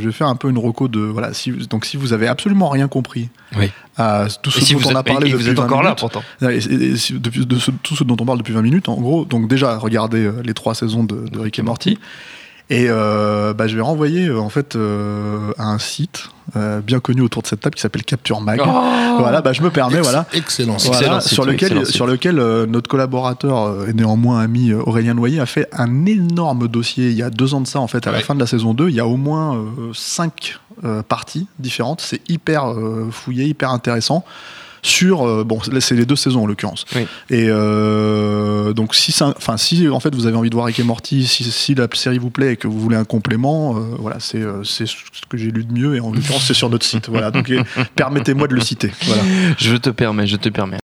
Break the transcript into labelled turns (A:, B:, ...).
A: Je vais faire un peu une reco de voilà si vous- donc si vous avez absolument rien compris
B: Oui.
A: à tout ce
B: Et si
A: dont
B: vous
A: on a
B: êtes,
A: parlé
B: et
A: depuis
B: vous êtes
A: 20
B: encore là
A: minutes,
B: pourtant.
A: et- et- et si- depuis- de ce- tout ce dont on parle depuis 20 minutes en gros donc déjà regardez euh, les trois saisons de, de Rick et Morty et euh, bah, je vais renvoyer euh, en fait euh, à un site euh, bien connu autour de cette table qui s'appelle Capture Mag
B: Oh
A: voilà bah, je me permets
C: Ex-
A: voilà
C: Excellent.
B: Excellent
A: Voilà,
B: site,
A: sur
B: oui,
A: lequel,
B: excellent site.
A: sur lequel euh, notre collaborateur euh, et néanmoins ami euh, Aurélien Noyer a fait un énorme dossier il y a deux ans de ça en fait à la
C: Ouais.
A: fin de la saison 2 il y a au moins euh, cinq euh, parties différentes c'est hyper euh, fouillé hyper intéressant sur euh, bon là, c'est les deux saisons en l'occurrence
B: Oui.
A: et euh, donc si ça- enfin si en fait vous avez envie de voir Rick et Morty si, si la série vous plaît et que vous voulez un complément euh, voilà c'est euh, c'est ce que j'ai lu de mieux et en l'occurrence c'est sur notre site voilà donc et permettez-moi de le citer voilà
B: Je te permets, je te permets.